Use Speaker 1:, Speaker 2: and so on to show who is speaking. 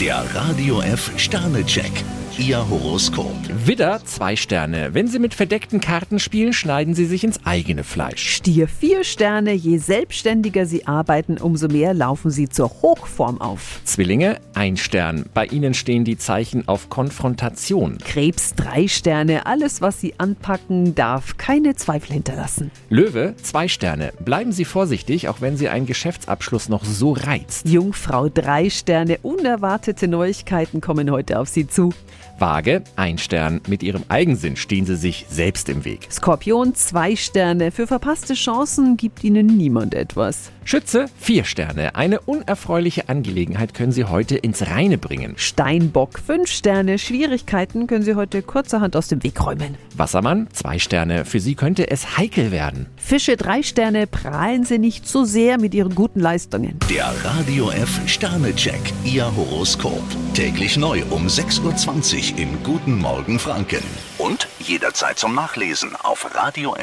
Speaker 1: Der Radio F Sternecheck. Ihr Horoskop.
Speaker 2: Widder, zwei Sterne. Wenn Sie mit verdeckten Karten spielen, schneiden Sie sich ins eigene Fleisch.
Speaker 3: Stier vier Sterne, je selbstständiger Sie arbeiten, umso mehr laufen Sie zur Hochform auf.
Speaker 2: Zwillinge, ein Stern. Bei Ihnen stehen die Zeichen auf Konfrontation.
Speaker 3: Krebs drei Sterne, alles was Sie anpacken, darf keine Zweifel hinterlassen.
Speaker 2: Löwe, zwei Sterne. Bleiben Sie vorsichtig, auch wenn Sie einen Geschäftsabschluss noch so reizt.
Speaker 3: Jungfrau drei Sterne, unerwartete Neuigkeiten kommen heute auf Sie zu.
Speaker 2: Waage, ein Stern. Mit Ihrem Eigensinn stehen Sie sich selbst im Weg.
Speaker 3: Skorpion zwei Sterne, für verpasste Chancen gibt Ihnen niemand etwas.
Speaker 2: Schütze, vier Sterne. Eine unerfreuliche Angelegenheit können Sie heute ins Reine bringen.
Speaker 3: Steinbock fünf Sterne, Schwierigkeiten können Sie heute kurzerhand aus dem Weg räumen.
Speaker 2: Wassermann, zwei Sterne. Für Sie könnte es heikel werden.
Speaker 3: Fische drei Sterne, prahlen Sie nicht zu sehr mit Ihren guten Leistungen.
Speaker 1: Der Radio F Sternecheck. Ihr Horoskop. Täglich neu um 6.20 Uhr im Guten Morgen Franken. Und jederzeit zum Nachlesen auf radiof.de.